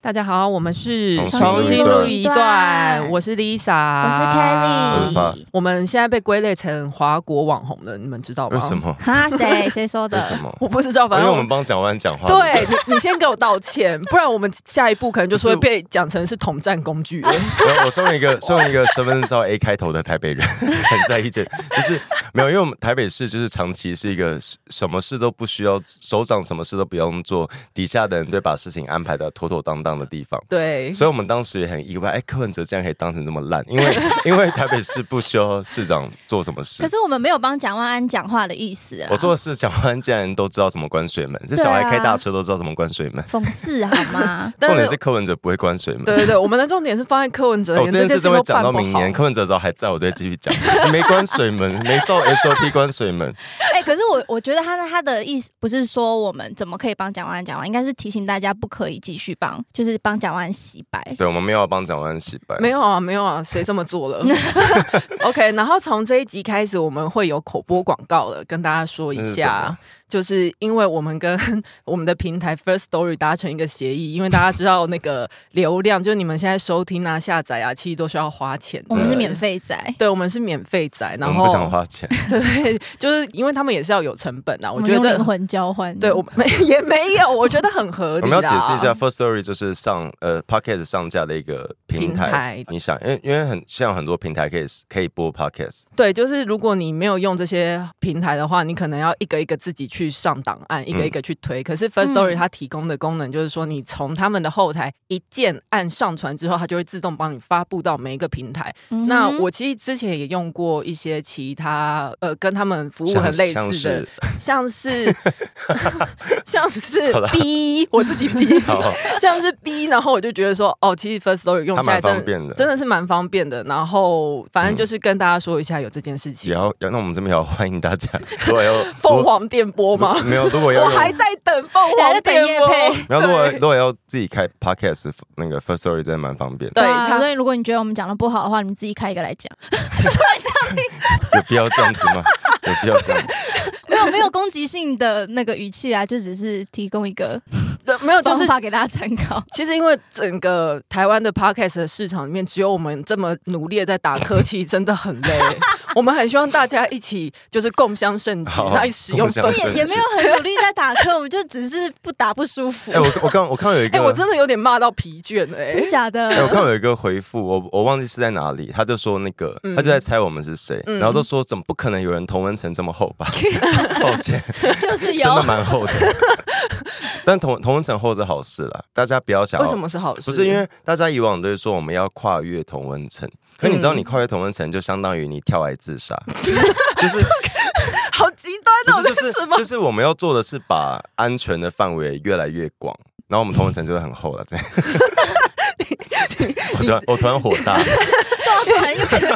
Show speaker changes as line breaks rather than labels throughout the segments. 大家好，我们是
重
新录一段
我是 Lisa，
我是 Kelly
我是发
我们现在被归类成华国网红了，你们知道吗？
为什？么？
哈， 谁谁说
为
的？
什么？
我不知道，
因
反
为
正
我们帮蒋万讲话。
对你，你先给我道歉，不然我们下一步可能就是会
不是
被讲成是统战工具 人。
然后我身为一 个身为一个身份证照 A 开头的台北人，很在意这，就是没有，因为我们台北市就是长期是一个什什么事都不需要，首长什么事都不用做，底下的人对把事情安排的妥妥当当的地方。
对，？
所以我们当时也很意外，哎，柯文哲竟然可以当成这么烂，因 为因为台北市不需要市长做什么事
可。是我们没有帮蒋万安讲话的意思啊啦，
我说的是，蒋万安竟然都知道怎么关水门，这
对啊
小孩开大车都知道怎么关水门。
讽刺好吗
但
重点是柯文哲不会关水门。
对对对，我们的重点是放在柯文哲
哦我
眼，
这件事
都
都会讲到明
办
年，
不
柯文哲只要还在我都会继续讲。 你没关水门，没照 SOP 关水门，
哎、可是我我觉得他的他的意思不是说我们怎么可以帮蒋万安讲话，应该是提醒大家不可以继续帮，就是帮蒋万安洗白。
对我们没有要帮蒋万安洗白
好。没有啊，没有啊，谁这么做了 ？OK，然后从这一集开始，我们会有口播广告了，跟大家说
那
一
是什
下
么。
就是因为我们跟我们的平台 First Story 达成一个协议，因为大家知道那个流量，就是你们现在收听啊、下载啊，其实都需要花钱的。
我们是免费仔，
对，我们是免费仔，
我
然
们
后
不想 花钱，
对，就是因为他们也是要有成本啊。我觉
们
得
用灵
这
魂交换。
对我没 也没有，我觉得很合
我
理。
们要解释一下，，First Story 就是上呃 Podcast 上架的一个平台。
平台
你想，因为因为很像很多平台可以可以播 Podcast，
对，就是如果你没有用这些平台的话，你可能要一个一个自己去上档案，
嗯
一个一个去推。可是 First Story
嗯
它提供的功能就是说，你从他们的后台一键按上传之后，它就会自动帮你发布到每一个平台。
嗯哼，
那我其实之前也用过一些其他呃跟他们服务很类
像
似的
是，
像 是像是
好啦
B，我自己 B，
好，
像是 B，然后我就觉得说，哦，其实 First Story 用
它
起来
蛮
真
方便的嗯
真的是蛮方便的。然后反正就是跟大家说一下有这件事
也
情。
要要那我们这边也要欢迎大家，如 果要
凤凰电波吗？
没有，如果要
我
用
还在等凤
还
凰
哎在等
电
业
波。
配
然后如果
对
如果要自己开 Podcast，那个 First Story 真的蛮方便的，
对
啊
他
所以如果你觉得我们讲的不好的话，你们自己开一个来讲。
有必要这样子 吗？有必要这样？
没有没有攻击性的那个语气啊，就只是提供一个
对，没有，就
方
是
法给大家参考。
其实因为整个台湾的 podcast 的市场里面，只有我们这么努力的在打科技，真的很 累。我们很希望大家一起就是共襄盛举，
好
然后一起使用
共襄
分
盛举
也也没有很努力在打磕，我们就只是不打不舒服
哎、。我我刚我看到有一个，
哎、我真的有点骂到疲倦了哎、
真假的
哎、？我看到有一个回复，我我忘记是在哪里，他就说那个，他
嗯
就在猜我们是谁，然后都说怎么不可能有人同温层这 么厚吧？抱歉，
就是
真的
有
蛮厚的。但同同温层厚是好事啦，大家不要想要
为什么是好事？
不是因为大家以往都是说我们要跨越同温层，可你知
嗯
道你跨越同温层就相当于你跳崖 自杀，就是
好极端哦，
不是就
这
是
个什么？
就是我们要做的是把安全的范围越来越广，然后我们同温层就会很厚了，这样。 我突然我突然火大，
对啊，因为感觉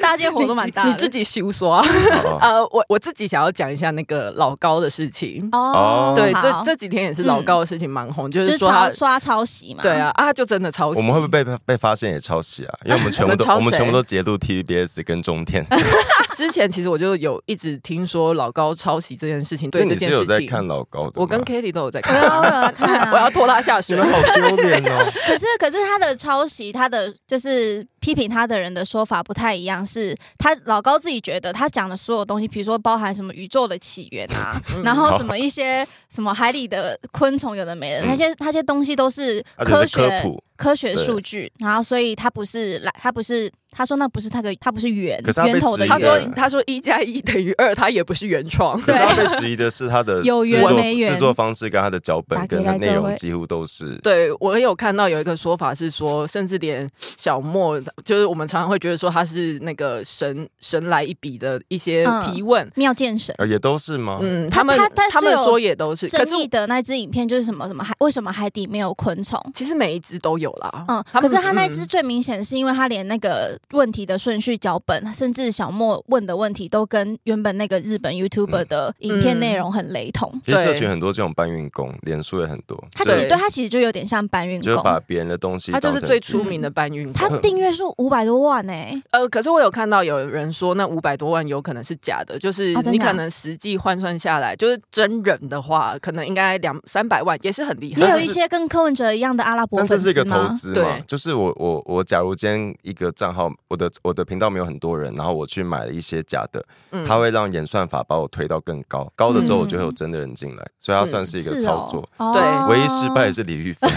大家今天活动蛮大的。
你自己修说 啊！
好
呃，我我自己想要讲一下那个老高的事情。
哦
哦，
对，这
好嗯
这几天也是老高的事情蛮红，就
就是是
说他
抄，刷抄袭嘛。
对啊，啊，他就真的抄袭。
我们会不会被被发现也抄袭啊？因为我们全部都
我们抄谁
我们全部都截录 TVBS 跟中天，
之前其实我就有一直听说老高抄袭这件事 情，对
那
这
你是
件
有
事
在
情，
看老高的吗？
我跟 Kitty 都有
我
在看，
要我要看啊。
我要拖他下水
你。们好丢脸 哦！
可是可是他的抄袭，他的就是批评他的人的说法不太一样，是他老高自己觉得他讲的所有东西，比如说包含什么宇宙的起源啊，然后什么一些什么海里的昆虫有的没的，
嗯
那些那些东西都是
啊只
科
是
学
科普
科学
对
数据，然后所以他不是来，他不是他说那不是他的，他不是源
可是他被
源头的
质疑
他
了
说
源，
他说一加一等于二，他也不是原创。
可是他被质疑的是 他的
有
制
缘
作
没缘
制作方式跟他的脚
打
本
给
跟他
来
内
这
容
位
几乎都是。
对我也有看到有一个说法是说，甚至连小莫，就是我们常常会觉得说他是那个神神来一笔的一些
嗯
提问，
妙剑神。
呃，也都是吗？
嗯，
他
他们
他他
他们
只有
说也都是，可
正
是
义的那支影片就是什么什么海，为什么海底没有昆虫？
其实每一只都有啦。
嗯，
他
可
们
是他那
嗯
支最明显是因为他连那个问题的顺序、脚本，甚至小莫问的问题都跟原本那个日
嗯
本 YouTuber 的影片内容很雷同。
其实
对
社群很多这种搬运工，脸书也很多，
他其
就是
实对他其实就有点像搬运
就是
工，
把别人的东西
他
当成
就
自
是
己的，
最出名的搬运
他
工。
订阅数五百多万哎、
呃，可是我有看到有人说那五百多万有可能是假的，就是
啊真的啊
你可能实际换算下来，就是真人的话，可能应该两三百万也是很厉
也有
害。
一些跟柯文哲一样的阿拉伯
但这
粉
是一个
丝
投
吗？
资嘛
对？
就是我我我，假如今天一个账号，我的我的频道没有很多人，然后我去买了一些假的，
嗯
它会让演算法把我推到更高，高了之后我就会有真的人进来，所以它算是一个操作。
哦
对
哦
唯一失败的是李玉芬，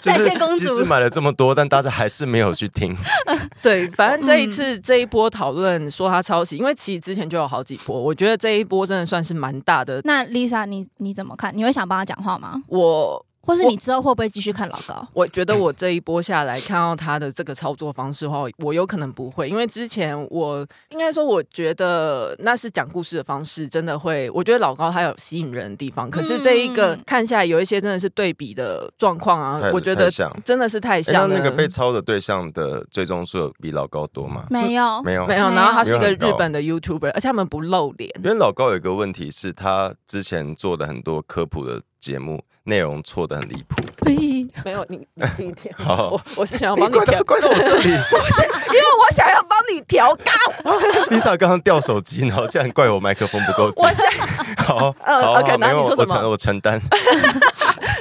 就
再
是
见公主
即使买了这么多，但大家还是没有去听。哎
对，反正这一次、这一波讨论说他抄袭，因为其实之前就有好几波，我觉得这一波真的算是蛮大的。
那 Lisa，你你怎么看？你会想帮他讲话吗？
我
或是你之后会不会继续看老高？
我觉得我这一波下来看到他的这个操作方式的话，我有可能不会，因为之前我应该说，我觉得那是讲故事的方式，真的会，我觉得老高他有吸引人的地方，可是这一个
嗯
看下来有一些真的是对比的状况啊
太，
我觉得
太像哎
真的是太
诶那
像了。
那个被抄的对象的追踪数有比老高多吗？
没有，
没有，
没有，然后他是一个
没有很
日
高
本的 YouTuber，而且他们不露脸，
因为老高有一个问题是他之前做的很多科普的节目内容错的很离谱，
没有你你自己调，
好
我我是想要帮你
哎怪
调
到，怪到我这里。
因为我想要帮你调高。
Lisa 刚刚掉手机，然后竟然怪我麦克风不够近。 好，
呃
好，
OK，
好，没
然后
有，
你说
我
什么
承我承担。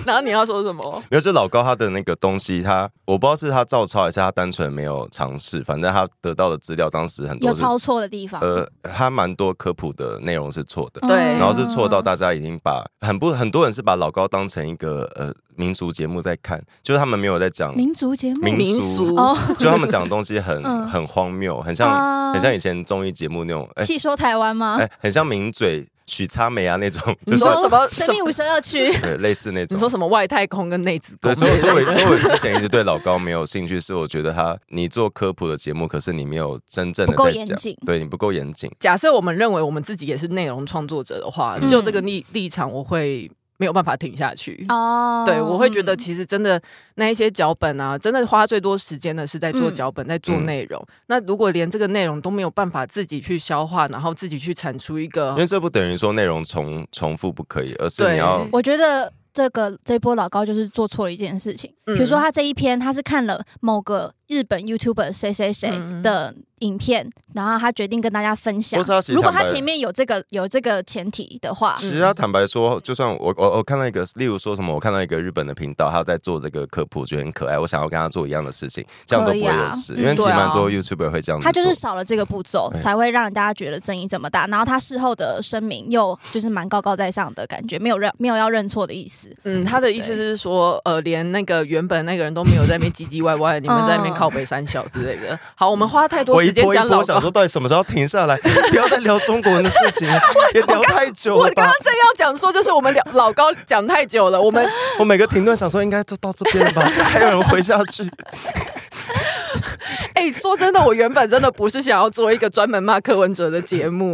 然后你要说什么？
因为这老高他的那个东西，他我不知道是他照抄还是他单纯没有尝试，反正他得到的资料当时很
有
多是
抄错的地方。
呃，他蛮多科普的内容是错的。
嗯
对
然后是错到大家已经把很不很多人是把老高当成一个呃民俗节目在看，就是他们没有在讲
哦民族节目
民
民
俗
俗
哦，
就他们讲的东西很、
嗯
很荒谬，很像、
啊
很像以前综艺节目那种，哎、
细说台湾吗
哎、？很像名嘴许叉梅啊那种，
你
就是
说什么
生命五十二区？
对类似那种。
你说什么外太空跟内子宫
对，？所以所以我所以我之前一直对老高没有兴趣，是我觉得他你做科普的节目，可是你没有真正的
不够
在
严
讲
谨，
对你不够严谨。
假设我们认为我们自己也是内容创作者的话，
嗯
就这个立立场，我会没有办法挺下去。
哦，
对，我会觉得
嗯
其实真的那一些脚本啊，真的花最多时间的是在做
嗯
脚本，在做
嗯
内容。那如果连这个内容都没有办法自己去消化，然后自己去产出一个
因为这不等于说内容重重复不可以，而是
对
你要
我觉得这个这一波老高就是做错了一件事情，
嗯
比如说他这一篇他是看了某个日本 YouTuber 谁谁谁
嗯
的影片，然后他决定跟大家分享
或是他其。实
如果他
坦白
前面有这个有这个前提的话，
其实他坦白说，就算我我我看到一个，例如说什么，我看到一个日本的频道，他在做这个科普，觉得很可爱，我想要跟他做一样的事情，这样都不会有事，
可以啊
因为其实
嗯
蛮多
对
YouTuber 会这样子做。
他就是少了这个步骤，
哎
才会让大家觉得争议这么大。然后他事后的声明又就是蛮高高在上的感觉，没有认没有要认错的意思。
嗯，他的意思是说，呃，连那个原本那个人都没有在那边唧唧歪歪，你们在那边靠北三小之类的。好，我们花太多
我一
时间
波一
讲
波
老
想
高
说，。到底什么时候停下来？ 不要再聊中国人的事情了，也聊太久
我
了
刚
吧
刚？正要讲说，就是我们聊老高讲太久了，我 们
我每个停顿想说，应该就到这边 了吧？还有人回下去？
哎、说真的，我原本真的不是想要做一个专门骂柯文哲的节目。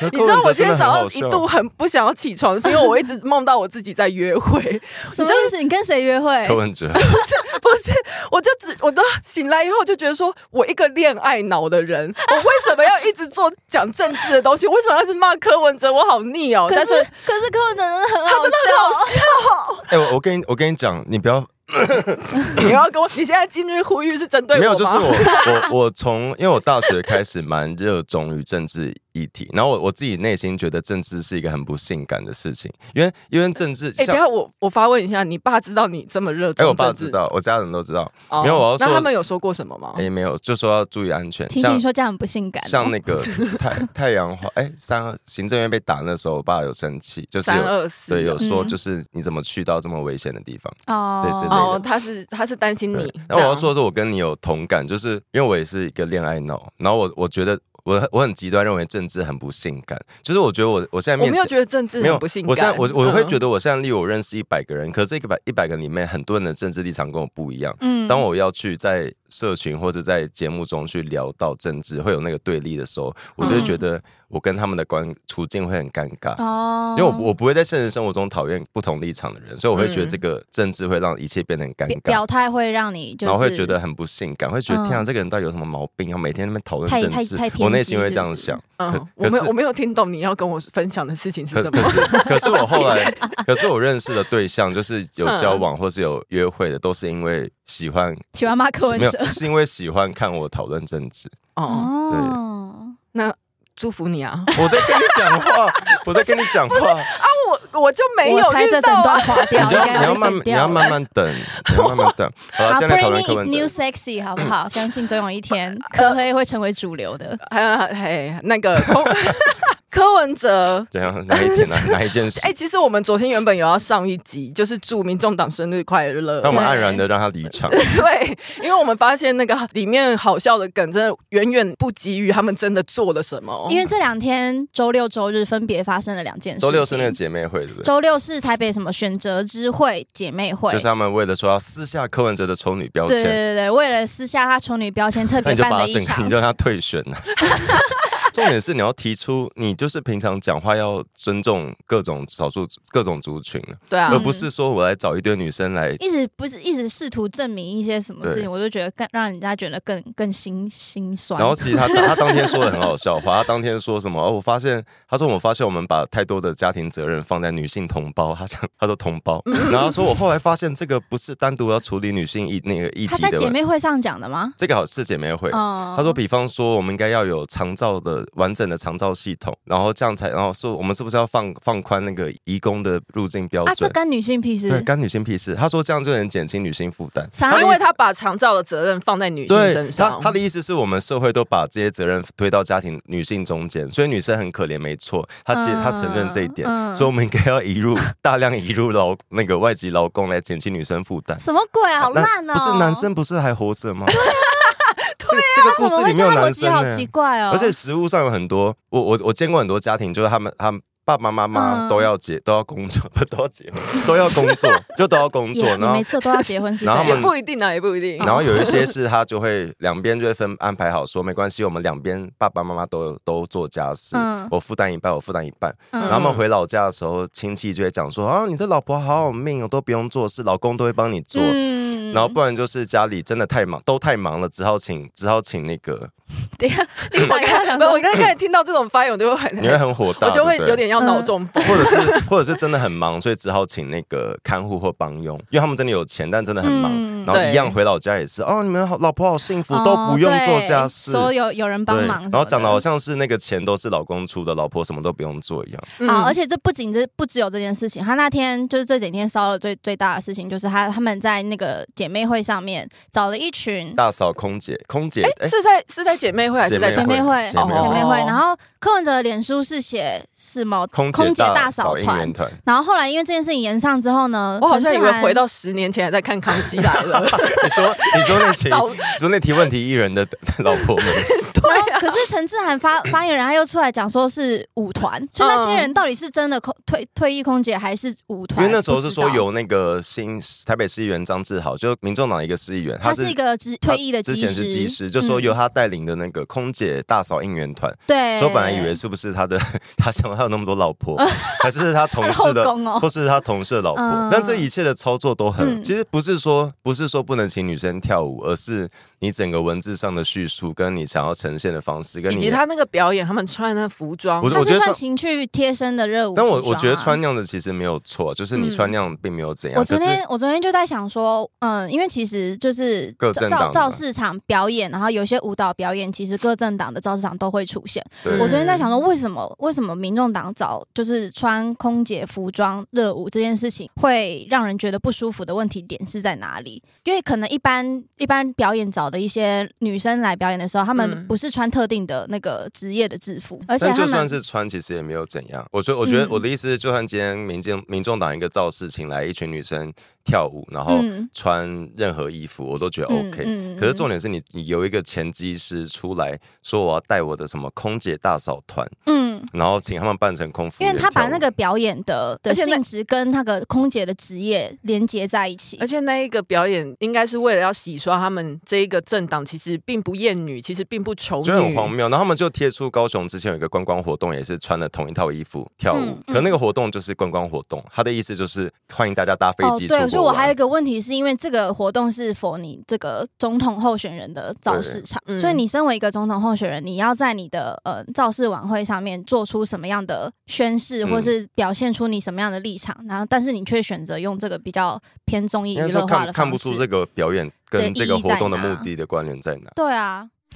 你
你知道我今天早上一度很不想要起床，是因为我一直梦到我自己在约会，
什么意思？你跟谁约会？
柯文哲，
不是，我就只我都醒来以后就觉得说，我一个恋爱脑 的人，我为什么要一直做讲政治的东西？为什么要一直骂柯文哲？我好腻哦！
可
但
是
是
可是柯文哲真的很好
他真的很好笑，
哎，我我跟你我跟你讲，你不要
你要跟我，你现在今日呼吁是针对我
没有，
吗
就是我我我从因为我大学开始蛮热衷于政治议题。然后我我自己内心觉得政治是一个很不性感的事情，因为因为政治
哎，等
像
一。下我我发问一下，你爸知道你这么热
哎、
衷
我爸
政
知
治？
道，我家人都知道。
哦
没有我要
那
说
他们有说过什么吗
哎、？没有，就说要注意安全。
提醒说这样很不性感哦、
像那个太太阳花，哎、三二行政院被打那时候，我爸有生气，就是
三
有
二四
对有说，
嗯
就是你怎么去到这么危险的地方？
哦，
对是那个
哦，他是他是担心你
对。，那
这
我要
样
说的是，我跟你有同感，就是因为我也是一个恋爱脑，然后我我觉得我很我很极端，认为政治很不性感，就是我觉得我我现在
我
面
没有觉得政治
没有
很不性感，嗯
我现在我我会觉
得
得我现在例如我认识一百个人，可是这个百一百个里面很多人的政治立场跟我不一样。
嗯
当我要去在社群或者在节目中去聊到政治，会有那个对立的时候，我
嗯
就会觉得我跟他们的关处境会很尴尬。
哦，嗯
因为我我不会在现实生活中讨厌不同立场的人，所以我会觉得这个政治会让一切变得很尴
表
尬
表，态会让你就是
然后会觉得很不性感，会觉得
嗯
天啊，这个人到底有什么毛病啊？每天在那边讨论
太
政
太
治
太，偏
我内
激
心会
是
这
不
样
是
想。可
嗯，我没
可是
有我没有听懂你要跟我分享的事情是
可
什
可
么。
是 可是我后来，可是我认识的对象就是有交
嗯
往或是有约会的，都是因为喜欢，
喜欢骂柯文
没
哲
有是因为喜欢看我讨论政治。
哦，
哦，
那祝福你啊！
我在跟你讲话，我在跟你讲话，
我我就
哎
没
我
有
猜这整
遇到
段
啊。
划掉，
你
应
就要你
该
要
会剪
慢慢你要
掉。
慢慢等，你要慢慢等。好了，
啊
现在讨论柯
Britney
文
is new
哲。
sexy，好不好？相信总有一天， 科黑会成为主流的。
还还那个柯 柯文哲。
怎样？哪一件啊？哪一件事
哎、？其实我们昨天原本有要上一集，就是祝民众党生日快乐
那。我们
对
黯然的让他离场。
对，因为我们发现那个里面好笑的梗，真的远远不及于他们真的做了什
哦
么。
因为这两天周六、周日分别发生了两件事情。
周六是那个姐妹会，对不对？
周六是台北什么选择之会姐妹会，
就是他们为了说要撕下柯文哲的丑女标
对对
签，
对对，为了撕下她丑女标签，特
那
别
你就
办
把
了
他
一
整个，
场
你。就让他退选了。 重点是你要提出，你就是平常讲话要尊重各种少数各种族群，
对啊
而，不是说我来找一堆女生来。
一直不是一直试图证明一些什么事情，我就觉得更让人家觉得更更心心酸。
然后其实他 当他当天说的很好笑话，他当天说什么？哦，我发现他说我发现我们把太多的家庭责任放在女性同胞，他讲他说同胞，
嗯
然后他说我后来发现这个不是单独要处理女性议那个议
他
题
在
的
姐
问，
妹会上讲的吗？
这个好是姐妹会，
嗯
他说，比方说，我们应该要有长照的完整的长照系统，然后这样才，然后说我们是不是要放放宽那个移工的入境标
啊，这
准？
跟女性屁事
对，。干女性屁事。他说这样就能减轻女性负担。
啥？
啊因为他把长照的责任放在女性
对
身
他
上，，
他的意思是我们社会都把这些责任推到家庭女性中间，所以女生很可怜，没错，他接、
嗯
他承认这一点，
嗯
所以我们应该要移入大量移入劳那个外籍劳工来减轻女生负担。
什么鬼啊？好
那
烂哦！啊
不是男生不是还活着吗？这个这个
怎么
故事
会
里
这
面有
样？
男
逻辑
生、
好
欸，
奇怪哦！
而且食物上有很多，我我我见过很多家庭，就是他们他们爸爸妈妈
嗯
都要结、都要工作， 不都要结婚，都要工作， 就都要工作，
也也
然后
没。错，都要结婚是
然后
对
他
也
的
们
不一定啊，也不一定。
然后有一些是他就会两边就会分安排好说，没关系，我们两边爸爸妈妈都都做家事，
嗯
我负担一半，我负担一半。
嗯
然后他们回老家的时候，亲戚就会讲说啊，你这老婆好好命哦，都不用做事，老公都会帮你做。
嗯
然后不然就是家里真的太忙，都太忙了，只好请只好请那个，
等一 下，你想要想
不，
说，
我刚才听到这种发言，我就会很，
你会很火大，
我就会
对不对
有点要脑中风。
或者是 或者是真的很忙，所以只好请那个看护或帮佣，因为他们真的有钱，但真的很忙，
嗯
然后
对
一样回老家也是哦，你们好老婆好幸福，都不用做家事。
哦对说有有人帮
对
忙什么，
然后讲的好像是那个钱都是老公出的，老婆什么都不用做一样。
好，而
嗯且
且这不仅这不只有这件事情，他那天就是这几天烧了最最大的事情，就是他他们在那个姐妹会上面找了一群
大嫂、空姐、空姐，哎、
是在是在姐妹会还是在
姐
姐妹会
姐妹
会
姐妹会，
哦
然后柯文哲的脸书是写什么
空
空姐
大
嫂
应
团
援，团，
然后后来因为这件事情延上之后呢，
我好像以
陈
为
志涵
回到十年前还在看《康熙来了》
你说你说那 群，
嫂
你说那提问题艺人的 老婆们，
然后
啊
可是陈志涵发 发言人他又出来讲说是舞团，所以那些
嗯
人到底是真的空退退役空姐还是舞
因
团？
为那时候是
不知
说
道。
有那个新台北市议员张志豪，就民众党一个市议员，
他
是
是一个职退役的
之
技嗯
前是技师，就说由他带领的那个空姐大嫂应援团。
对，
说本来以为是不是他的，他想他有那么多老婆， 还是他同事的
老公哦，
或是他同事的老婆
嗯？
但这一切的操作都很，
嗯
其实不是说不是说不能请女生跳舞，而是你整个文字上的叙述跟你想要呈呈现的方式，跟
以
你
及他那个表演，他们穿的服装啊
我，
它
我觉
是
得
算
穿
情趣贴身的热舞服
但
装啊、
我我觉得穿那样的其实没有错，就是你穿那样并没有怎
嗯
样。
我昨
可是
天我昨天就在想说，嗯，因为其实就是
各政党
照
的
照市场表演，然后有些舞蹈表演，其实各政党的造市场都会出现。
对
我昨天在想说，为什么为什么民众党找就是穿空姐服装热舞这件事情会让人觉得不舒服的问题点是在哪里？因为可能一般一般表演找的一些女生来表演的时候，她们
嗯
不是穿特定的那个职业的制服，而且
但
她
就算
们
是穿，其实也没有怎样。我说，我觉得
嗯
我的意思是，就算今天民进民众党一个造势，请来一群女生跳舞，然后
嗯
穿任何衣服，我都觉得哦 OK。
嗯
可是重点是你，你有一个前机师出来说我要带我的什么空姐大嫂团，
嗯。
然后请他们扮成空服
因
员
为
跳舞，
他把那个表演的的
而且那
性质跟那个空姐的职业连接在一起
嗯而。且那一个表演应该是为了要洗刷他们这一个政党其实并不厌女，其实并不丑
就很
女，
荒谬。然后他们就贴出高雄之前有一个观光活动，也是穿了同一套衣服跳舞，
嗯嗯
可那个活动就是观光活动，他的意思就是欢迎大家搭飞机出国
哦
玩、
对，所以我还有一个问题，是因为这个活动是否你这个总统候选人的造势场，
对嗯
所以你身为一个总统候选人，你要在你的呃造势晚会上面做出什么样的宣誓，
嗯
或是表现出你什么样的立场，然后但是你却选择用这个比较偏综艺娱
应该说
乐化
看
的
看
方
不
式
出，这个表演
的
跟
意
这个
义
活
在
动的
哪
目的的关联在哪。
对啊，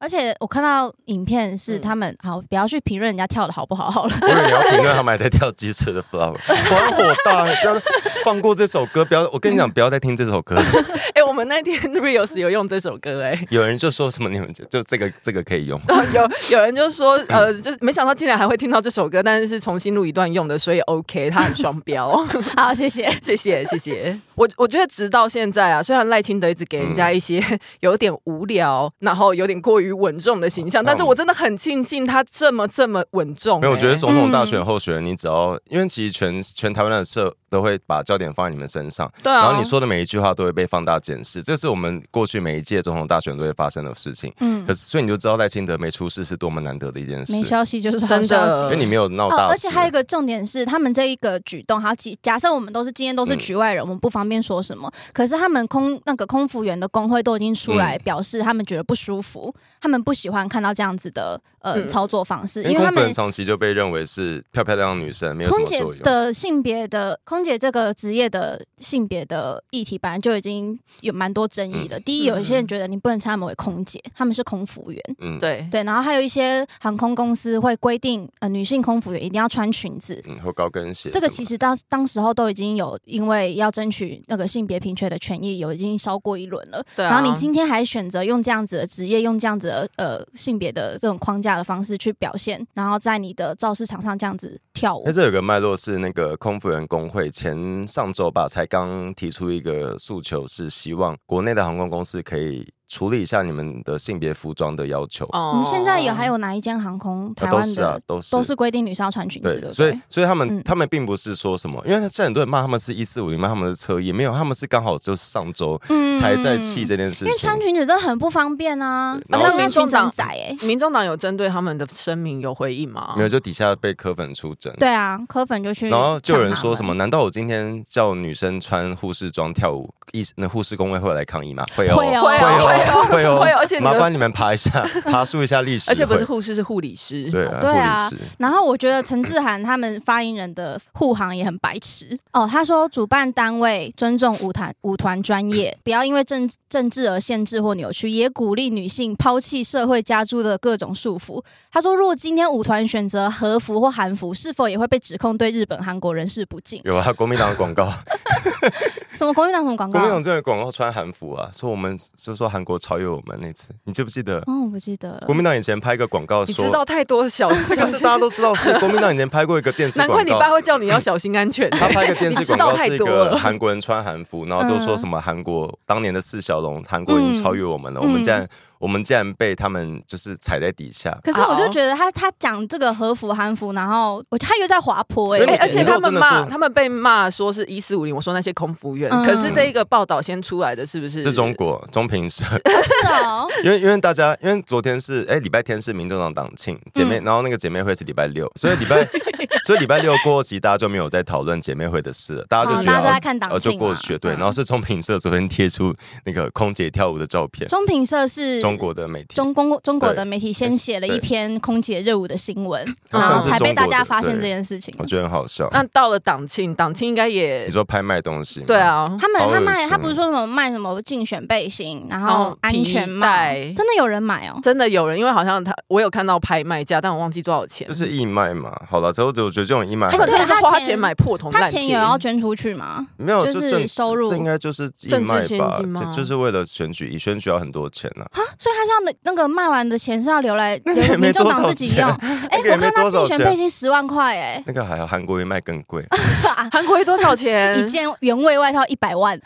而且我看到影片是
嗯
他们、好，不要去评论人家跳的好不好好了。
我以为你要评论他们还在跳机车的 flower，我火大，不要放过这首歌，不要，我跟你讲，不要再听这 首歌。
哎、我们那天 reels 有用这首歌哎、
有人就说什么你们就就这个这个可以用，
然后有有人就说，呃，就没想到竟然还会听到这首歌，但是是重新录一段用的，所以 OK，它很双标。
好，谢谢。
谢谢谢谢，我我觉得直到现在啊，虽然赖清德一直给人
嗯
家一些 有点无聊，然后有点过于稳重的形象，但是我真的很庆幸他这么这么稳重、
嗯没有，我觉得
欸
总统大选候选人，你只要因为其实全全台湾的社都会把焦点放在你们身上，
对啊
然后你说的每一句话都会被放大检视，这是我们过去每一届总统大选都会发生的事情。
嗯
可，是所以你就知道赖清德没出事是多么难得的一件事，
没消息就是好
真
消
的
息。
因为你没有闹大欸
哦，
事，
而且还有一个重点是，他们这一个举动，好假假设我们都是今天都是
嗯
局外人，我们不方便说什么。可是他们空那个空服员的工会都已经出来
嗯
表示，他们觉得不舒服，他们不喜欢看到这样子的呃、
嗯
操作方式，
因
因为
为
他
空服
们
人长期就被认为是漂漂亮亮的女生，没有什
空
么
姐
作用。
的性别的空姐这个职业的性别的议题，本来就已经有蛮多争议
嗯
的。第一，有一些人觉得你不能称他们为空姐，他们是空服员。
嗯，
对。
对，然后还有一些航空公司会规定，呃，女性空服员一定要穿裙子。
嗯，或高跟鞋什么
这
的。
个其实当当时候都已经有，因为要争取那个性别平权的权益，有已经烧过一轮了。
对啊
然后你今天还选择用这样子的职业，用这样子的呃性别的这种框架的方式去表现，然后在你的造市场上这样子跳舞
那。这有个脉络是那个空服员工会前上周吧，才刚提出一个诉求，是希望国内的航空公司可以处理一下你们的性别服装的要求。
哦
我们现在有还有哪一间航空台
啊都
湾
是啊
的，
都是
都是规定女生要穿裙子，对不对？
所以所以他们、
嗯
他们并不是说什么，因为现在很多人骂他们是一四五零，骂他们是侧翼，没有，他们是刚好就是上周
嗯
才在气这件事
因为
情。
穿裙子真的很不方便啊
对，
而
然
且现在
后
裙
民众
子很
党
窄哎。
民众党有针对他们的声明有回应吗？
没有，就底下被柯粉出征。
对啊，柯粉就去，
然后就有人说什么？？难道我今天叫女生穿护士装跳舞，医那护士工会会来抗议吗？会哦，
会哦
会哦，会哦，
会哦而且你的
麻烦你们爬一下，爬树一下历史会，
而且不是护士，是哦护理师。
对啊，
对啊
护理师
然后我觉得陈志涵他们发言人的护航也很白痴哦。他说，主办单位尊重舞团舞团专业，不要因为政政治而限制或扭曲，也鼓励女性抛弃社会加诸的各种束缚。他说，如果今天舞团选择和服或韩服，是否也会被指控对日本、韩国人士不敬？
有啊，国民党的广告，
什么国民党什么广告
国？民党这个广告穿韩服啊，说我们就说韩国超越我们那次，你记不记得？
哦，我不记得了
国。民党以前拍一个广告
嗯你知
说，
道太多小，
这个是大家都知道，是国民党以前拍过一个电 视
难
广告，
怪你爸会叫你要小心安全。
他拍一个电视广告是一
你知道太多
个
了
韩国人穿韩服，然后就说什么韩国当年的四小龙，韩国已经超越我们了，我们竟然我们竟然被他们就是踩在底下。
可是我就觉得他他讲这个和服韩服，然后我他又在滑坡哎、
没有
哎、
我
而且他们
你如果真的
骂，
做
他们被骂说是一四五零，我说那些空服员，
嗯
可是这一个报道先出来的是不是？
是中国中评社，
是哦，
因为因为大家因为昨天是哎礼拜天是民众党党庆姐妹，然后那个姐妹会是礼拜六，所以礼拜 所以礼拜六过后，其实大家就没有在讨论姐妹会的事了，大家就
嗯
觉得
大家都在
哦
看党
哦就
庆
过
嘛
去了对，
嗯
然后是中评社昨天贴出那个空姐跳舞的照片，
中评社是
中国的媒体，
中公中国的
对
媒体先写了一
对
篇空姐热舞的新闻，
它
然
算
后
是
才被
中
大
国的
家发现
对哦
这件事情。
我觉得很好笑。
那到了党庆，党庆应该也
你说拍卖东西吗？
嗯对啊，
他们
好恶
他卖
心
他不是说什么卖什么竞选背心，然
然
后
后
安全帽
哦皮带，
真的有人买哦。
真的有人，因为好像他我有看到拍卖价，但我忘记多少钱。
就是义卖嘛。好了，之后我觉得这种义卖
他
很，
们真的是
对他
花
钱
钱买破铜
他
烂
钱
铁，啊
有要捐出去吗？
没有
就是
政
收入
这应该就是义
政治
卖
现
吧
金？吗
这就是为了选举，以选举要很多钱啊。
所以他是要那那个卖完的钱是要留 来留
也
民
没
众
多
党
少
自己
钱
用。哎，
那个也
我
没
看他
多
竞
少
选
钱
背心十万块哎，
那个还好，韩国会卖更贵。
啊
韩国瑜多少
一
钱？
件原味外套一百 万，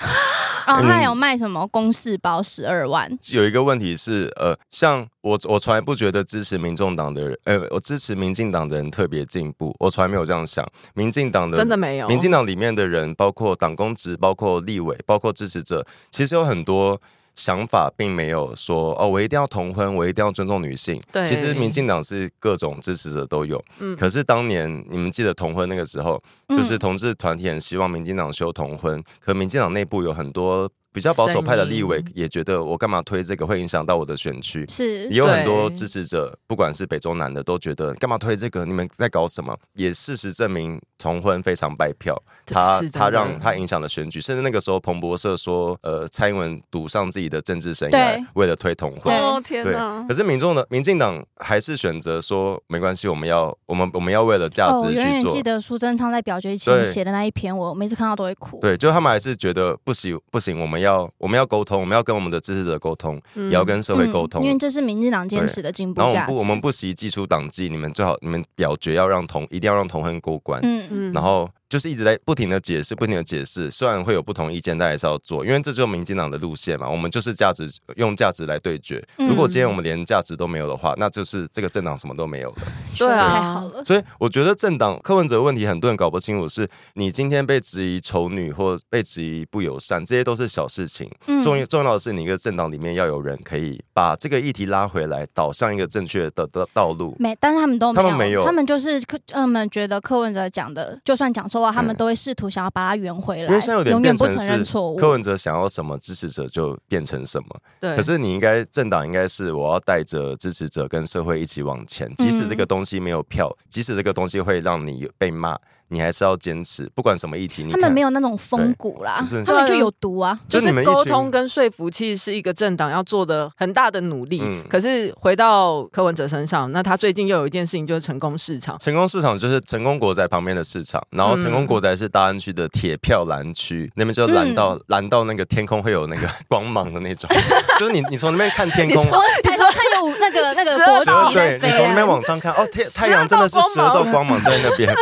然后他
嗯
还有卖什么公事包十二万，
有一个问题是，呃，像我，我从来不觉得支持民众党的人，呃，我支持民进党的人特别进步，我从来没有这样想。民进党的
真的没有，
民进党里面的人，包括党公职、包括立委、包括支持者，其实有很多想法，并没有说哦，我一定要同婚，我一定要尊重女性。
对
其实民进党是各种支持者都有。
嗯
可是当年你们记得同婚那个时候，
嗯
就是同志团体很希望民进党修同婚，可民进党内部有很多比较保守派的立委
声音
也觉得，我干嘛推这个会影响到我的选区？
是
也有很多
对
支持者，不管是北中南的，都觉得干嘛推这个？你们在搞什么？也事实证明，同婚非常败票，
对
他
是真的
他让他影响了选举，甚至那个时候彭博社说，呃，蔡英文赌上自己的政治生涯
对，
为了推同
对
婚。
哦天
对
哪，
可！是民众的民进党还是选择说没关系，我们要我们我们要为了价
哦，我
值
永
去
远
做。
记得苏贞昌在表决前
对
写的那一篇，我每次看到都会哭。
对，就他们还是觉得不行不行，我们要我们要沟通，我们要跟我们的支持者沟通，
嗯
也要跟社会沟通。
因为这是民进党坚持的进步
然后我
价
们
值。
不我们不惜寄出党纪，你们最好你们表决要让同一定要让同婚过关。
嗯嗯，
嗯
然后就是一直在不停的解释，不停的解释。虽然会有不同意见，但还是要做，因为这就是民进党的路线嘛。我们就是价值用价值来对决。
嗯
如果今天我们连价值都没有的话，那就是这个政党什么都没有了。
说的
对啊
太好了。
所以我觉得政党柯文哲的问题，很多人搞不清楚是，你今天被质疑丑女或被质疑不友善，这些都是小事情。
嗯
重重要的是，你一个政党里面要有人可以把这个议题拉回来，导向一个正确的道道路。
没，但是他们都没有，
他们没有
就是柯，他们觉得柯文哲讲的，就算讲错话，他们
嗯
都会试图想要把它圆回来，
因为现在有点
永
变
远不
成
承认错误。
是柯文哲想要什么，支持者就变成什么。
对，
可是你应该政党应该是我要带着支持者跟社会一起往前，即使
嗯
这个东西没有票，即使这个东西会让你被骂，你还是要坚持，不管什么议题，你
他们没
有。
有那种风骨啦，
就是
他们就有毒啊。
就
就你
是
们一群
沟通跟说服，其实是一个政党要做的很大的努力。
嗯
可是回到柯文哲身上，那他最近又有一件事情，就是成功市场。
成功市场就是成功国宅旁边的市场，然后成功国宅是大安区的铁票蓝区，那边就蓝到、蓝到那个天空会有那个 光芒的那种，就是你你从那边看天 空，
我抬头看有那个那个
十
国
二
嗯十二
旗在
对，你从那
飞
边
啊，
往上看，哦，天太阳真的是
十
十
二道
二道
光
光芒在那边，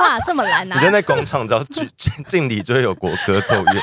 哇，这么蓝
你就
啊！
在广场只要敬敬礼就会有国歌奏乐。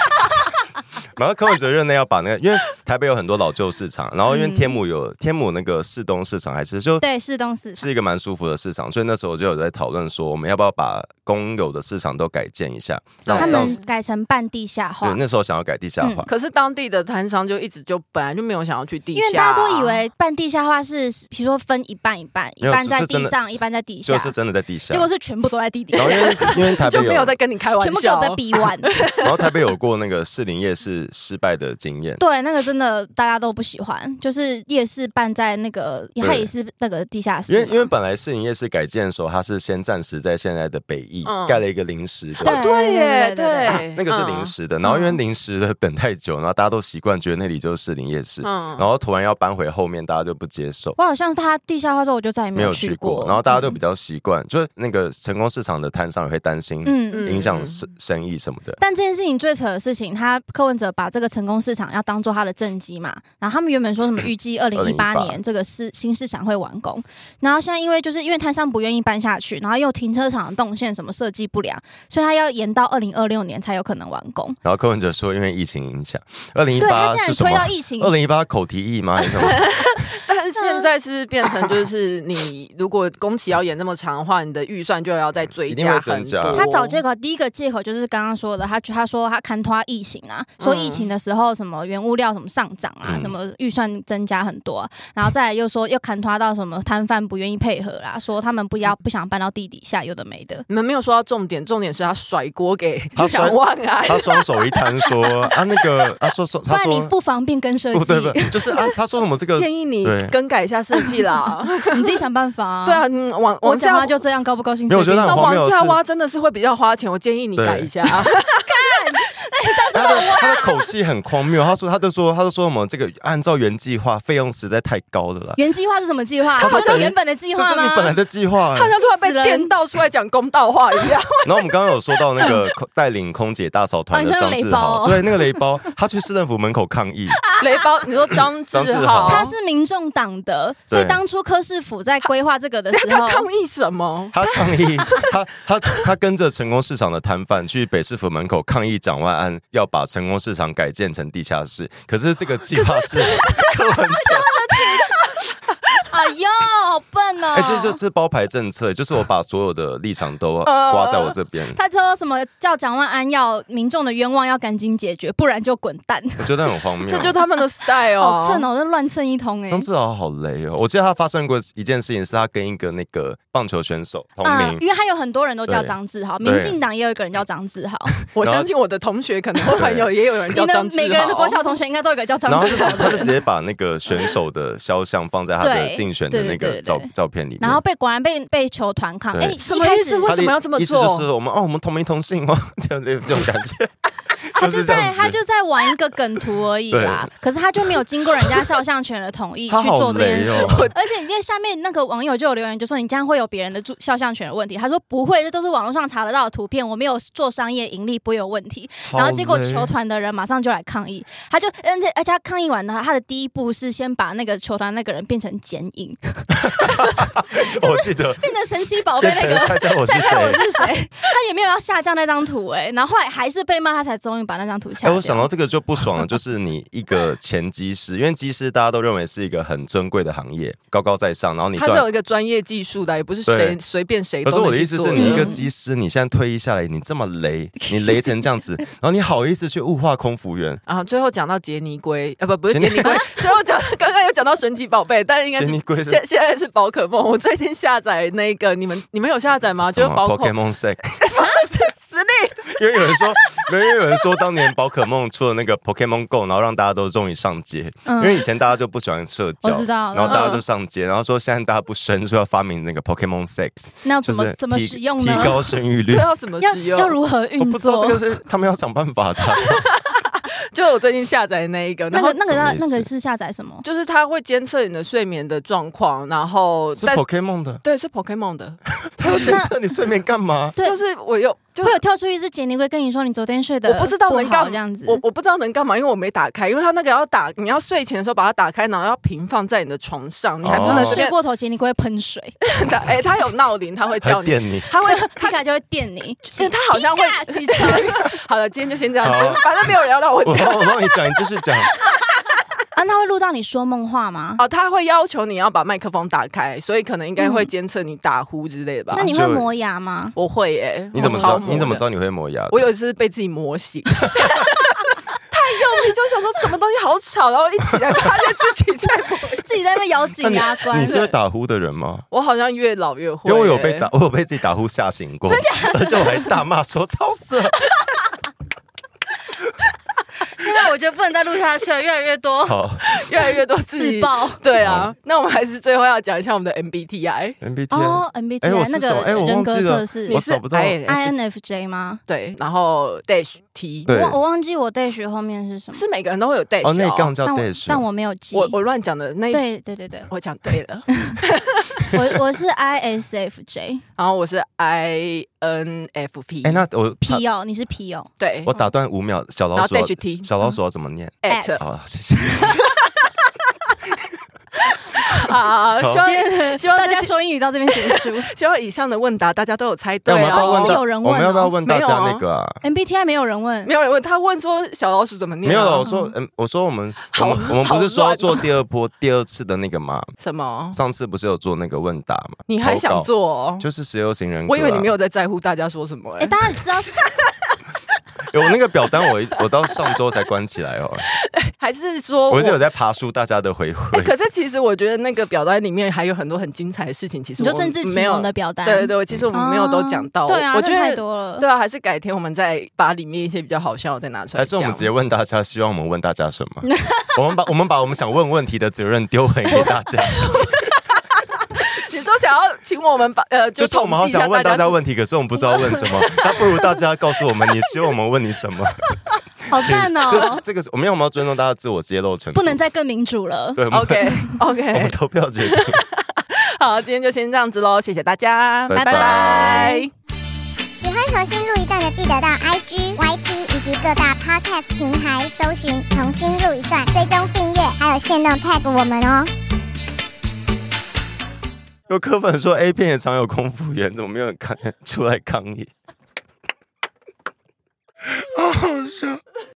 然后柯文哲任内要把那个，因为台北有很多老旧市场，然后因为天母有、天母那个市东市场还是就
对，是东是
是一个蛮舒服的市场，所以那时候我就有在讨论说，我们要不要把公有的市场都改建一下，让
他
让
们嗯改成半地下
对
化，
那时候想要改地下化，
可是当地的摊商就一直就本来就没有想要去地下、啊
因为大家都以为半地下化是，比如说分一半一半，一
没有
半在
就是
地
真的
上，一半在地下
就，是真的在地下
结。果是全部都在地底
然
下
后，因为因为台北
就
有
没有在跟你开玩笑，
全部给我被逼完。
然后台北有过那个士林夜市失败的经验，
对，那个真的大家都不喜欢，就是夜市办在那个，它也是那个地下
因
室
为
嘛，
因为本来士林夜市改建的时候，它是先暂时在现在的北翼、
嗯
盖了一个临时的，
对嗯
对嗯
对
耶，
对
对，
啊那个是临时的，然后因为临时的等太久，然后大家都习惯觉得那里就是士林夜市，
嗯
然后突然要搬回后面，大家就不接受。
我好像它地下化之后，我就再也
没有去
去嗯
过，然后大家都比较习惯，就是那个成功市场的摊商也会担心
嗯嗯。
影响生生意什么的。
但这件事情最扯的事情，他柯文哲把这个成功市场要当做他的政绩嘛。然后他们原本说什么预计二零一八
2018
年这个市新市场会完工，然后现在因为就是因为摊商不愿意搬下去，然后又停车场的动线什么设计不良，所以他要延到二零二六年才有可能完工。
然后柯文哲说，因为疫情影响，二零一
对他
八
竟
是
然
什
推
么
到？疫情
二零一八口蹄疫吗？还是什么
但是现在是变成就是你如果工期要延那么长的话，你的预算就要再追
一定会
加
增
很
加
多。
他找借口，第一个借口就是刚刚说的，他他说他看拖疫情啊，说疫情的时候什么原物料什么上涨啊，
嗯
什么预算增加很多啊、然后再来又说又看拖到什么摊贩不愿意配合啦，说他们不
嗯
要不想搬到地底下，有的没的。
你们没有说到重点，重点是他甩锅给
他甩
蒋万安。
他双手一摊说啊，那个啊，说说
不
他
然你
说
不妨变更设
不
计
对，不对，就是啊，他说什么这个
建议你
对
更改一下设计啦。
你自己想办法、 啊
对啊，，嗯往
我
往
讲话
下
就这样，高不高兴
没
随
有
便？
我觉得那
那
很荒
往
谬的
下
是
挖真的是会比较花钱，我建议你
对
改一下 啊。
他的他的口气很荒谬，他说他就说他就说什么这个按照原计划费用实在太高了啦，
原计划是什么计划？
他说
不是
等于
原本的计
这
划
是你本来
吗？
的计划、欸
他好。像突然
死人
被电到出来讲公道话一 样。
然后我们刚刚有说到那个空带领空姐大嫂团的张
哦你说那个
志
雷包
豪，
哦
对那个雷包，他去市政府门口抗议，
雷包，你说张志
张志豪
豪，
他是民众党的，所以
哦对
当初柯市府在规划这个的
等
时
一下
候
他，抗议什么？
他抗议，他他他跟着成功市场的摊贩去北市府门口抗议蒋万安要把成功市场改建成地下室，可是这个计划是 柯文哲，
哎呦，好笨哦！
哎，这就这包牌政策，就是我把所有的立场都刮在我这边，
呃他说什么叫蒋万安要民众的冤枉要赶紧解决，不然就滚蛋。
我觉得很荒谬。
这就是他 们的 style
好蹭
哦。
哦，这乱蹭一通哎、
张志豪好雷哦！我记得他发生过一件事情，是他跟一个那个棒球选手同名，
啊因为他有很多人都叫
对
张志豪，
对
民进党也有一个人叫张志豪，
我相信我的同学可能会很有，也有 人
你
叫
的
张志豪。
每个人的国小同学应该都有一个叫张
然后
志
是
豪的
他就
人
直接把那个选手的肖像放在他的
对
竞选的那
对
个
对对
照
对
照片里面。
然后被果然被被球团抗，
对
哎、
什
一
么
开
意
始
思为什么要这么
他的意思
做
就是我们哦，我们同名同姓 哦，这样的这种感 觉，
他
是这
在
样子。
他啊就在玩一个梗图而已啦，可是他就没有经过人家肖像权的同意
他
去
好
做这件
雷
事
哦
情，而且你看下面那个网友就有留言就说你这样会有别人的注肖像权的问题，他说不会，这都是网络上查得到的图片，我没有做商业盈利，不会有问题。
好
然后结果
雷
球团的人马上就来抗议，他就而且而且他抗议完呢，他的第一步是先把那个球团那个人变成剪影，
我记得
变成神奇宝贝
变
那
成
个。
猜猜我是
猜猜我
谁。
是谁？他也没有要下架那张图哎、然后后来还是被骂，他才终于把那张图下
哎，
架。
我想到这个就不爽了，就是你一个前技师，因为技师大家都认为是一个很尊贵的行业，高高在上，然后你
他是
赚
有一个专业技术的，也不是谁
对
随便谁
可
都
是
能
我的
去
意思
做
是你一
的
个
嗯
机师，你现在退役下来，你这么雷，你雷成这样 子，然后你好意思去物化空服员？
啊，最后讲到杰尼龟，啊不不是
杰
杰
尼
尼龟， 最后讲刚刚有讲到神奇宝贝，但应该
杰
是
尼龟是
现现在是宝可梦。我最近下载那个，你们你们有下载吗？就是
什么
宝可
哦 Pokemon Sec，
实力，
因为有人说，没有因为有人说当年宝可梦出了那个 Pokemon Go，然后让大家都终于上街，
嗯
因为以前大家就不喜欢社交，
我知道嗯
然后大家就上街，然后说现在大家不生，说要发明那个 Pokemon Sex，
那要
就
怎么
是
怎么
提
使用
提
呢？
高生育率
对，。要怎么
要
使
要
用？
如何运
我
作？
不知道这个是他们要想办法的，
就我最近下载那一个，
那
然后
个那个
什么
要
意思
那个是下载什么？
就是它会监测你的睡眠的状况，然后
是
但
Pokemon 的，
对是 Pokemon 的，
他要检测你睡眠干嘛？
对
就是我有就
会有跳出一只杰尼龟跟你说你昨天睡的
我不知道能
好
干
这样子，
我我不知道能干嘛，因为我没打开，因为它那个要打，你要睡前的时候把它打开，然后要平放在你的床上，你还不
哦
能
睡
随便
过头杰尼龟会喷水，
打。 哎、它有闹铃，它会
还
叫你，
电 你？
它会
皮卡就会电你，
对他好像会
皮卡起床。
好了，今天就先这样
好，
反正没有人要让我
我
讲。
帮我帮你讲，你继续讲。
啊，那会录到你说梦话吗？
哦，他会要求你要把麦克风打开，所以可能应该会监测你打呼之类的吧
嗯那。你
就
会磨牙吗？
我会耶、
你怎么知
我
道？
超磨的
你怎么知道你会磨牙的？
我有一次被自己磨醒， 太用力，就想说什么东西好吵，然后一起来发现 自己在磨。
自己在那边咬紧牙关，
你是会打呼的人吗？
我好像越老越会
因
耶、
为我有被打，我有被自己打呼吓醒过， 而且我还大骂说超 色。
现在我觉得不能再录下去了，越来越多
好
越来越多自己
自。爆。
对啊，那我们还是最后要讲一下我们的 MBTI。
，MBTI，
哦，MBTI
哎，我是
那
什么？
个
哎，我
人
忘
格
记了
测试，
我
你是
找不到。
I-
，INFJ 吗？
对，然后 dash T
对
我，我忘记我 dash 后面是什么，
是每个人都会有 dash
哦，内杠叫
但我
dash，
但我没有记。
我我乱讲的那 一
对对对对，
我讲对了，
我我 是 ISFJ
然后我是 INFP，
哎，那我打
P 哦，你是 P 哦，
对
我打断五秒，小
然
老
后
鼠要
dash t
小老鼠要怎么念？
at
好，谢谢。
啊，
好
希望希望
大
这
家
些
说英语到这边结 束
希望以上的问答大家都有猜对
但我们要不要
哦
问
是
到
有人问
我们要不要
哦
问大
没有
家
啊
那个啊？
，MBTI 没有人问
没，有人问他问说小老鼠怎么念啊？
没有了，我说，嗯，我说我们我
好
们我们
好
不是说要
乱哦
做第二波第二次的那个吗？
哦
什么？
上次不是有做那个问答吗？
你还
投
想
稿？
做哦？
就是十六型人格啊、
我以为你没有在在乎大家 说什么
哎，
哎。
大家知道是
有那个表单哎我，我到上周才关起来哦。
还是说
我是有在爬书大家的回
哎
馈。
可是其实我觉得那个表单里面还有很多很精彩的事情，其实
你就
我
政治
没
启
有
蒙的表单，
对对对，其实我们没有都讲到。
啊对啊，
我觉
这太
得
多了。
对啊，还是改天我们再把里面一些比较好笑的再拿出来讲。
还是我们直接问大家，希望我们问大家什么？我们把我们把我们想问问题的责任丢回给大家，
你说想要请我们把呃，
就是我们好
统计一下
想问大
大
家问题，可是我们不知道问什么。那不如大家告诉我们，你希望我们问你什么？
好赞
这
哦！
这个是我们有没有尊重大家自我揭露程度？
不能再更民主了。
对我们
OK
我们
OK，
投票决定。
好，今天就先这样子喽，谢谢大家，
拜拜
拜
喜欢重新录一段的，记得到 IG、YT 以及各大 Podcast 平台搜寻“重新录一段”，追踪订阅，还有限定 tag 我们哦。
有柯粉说 A 片也常有空服员，怎么没有人看出来抗议？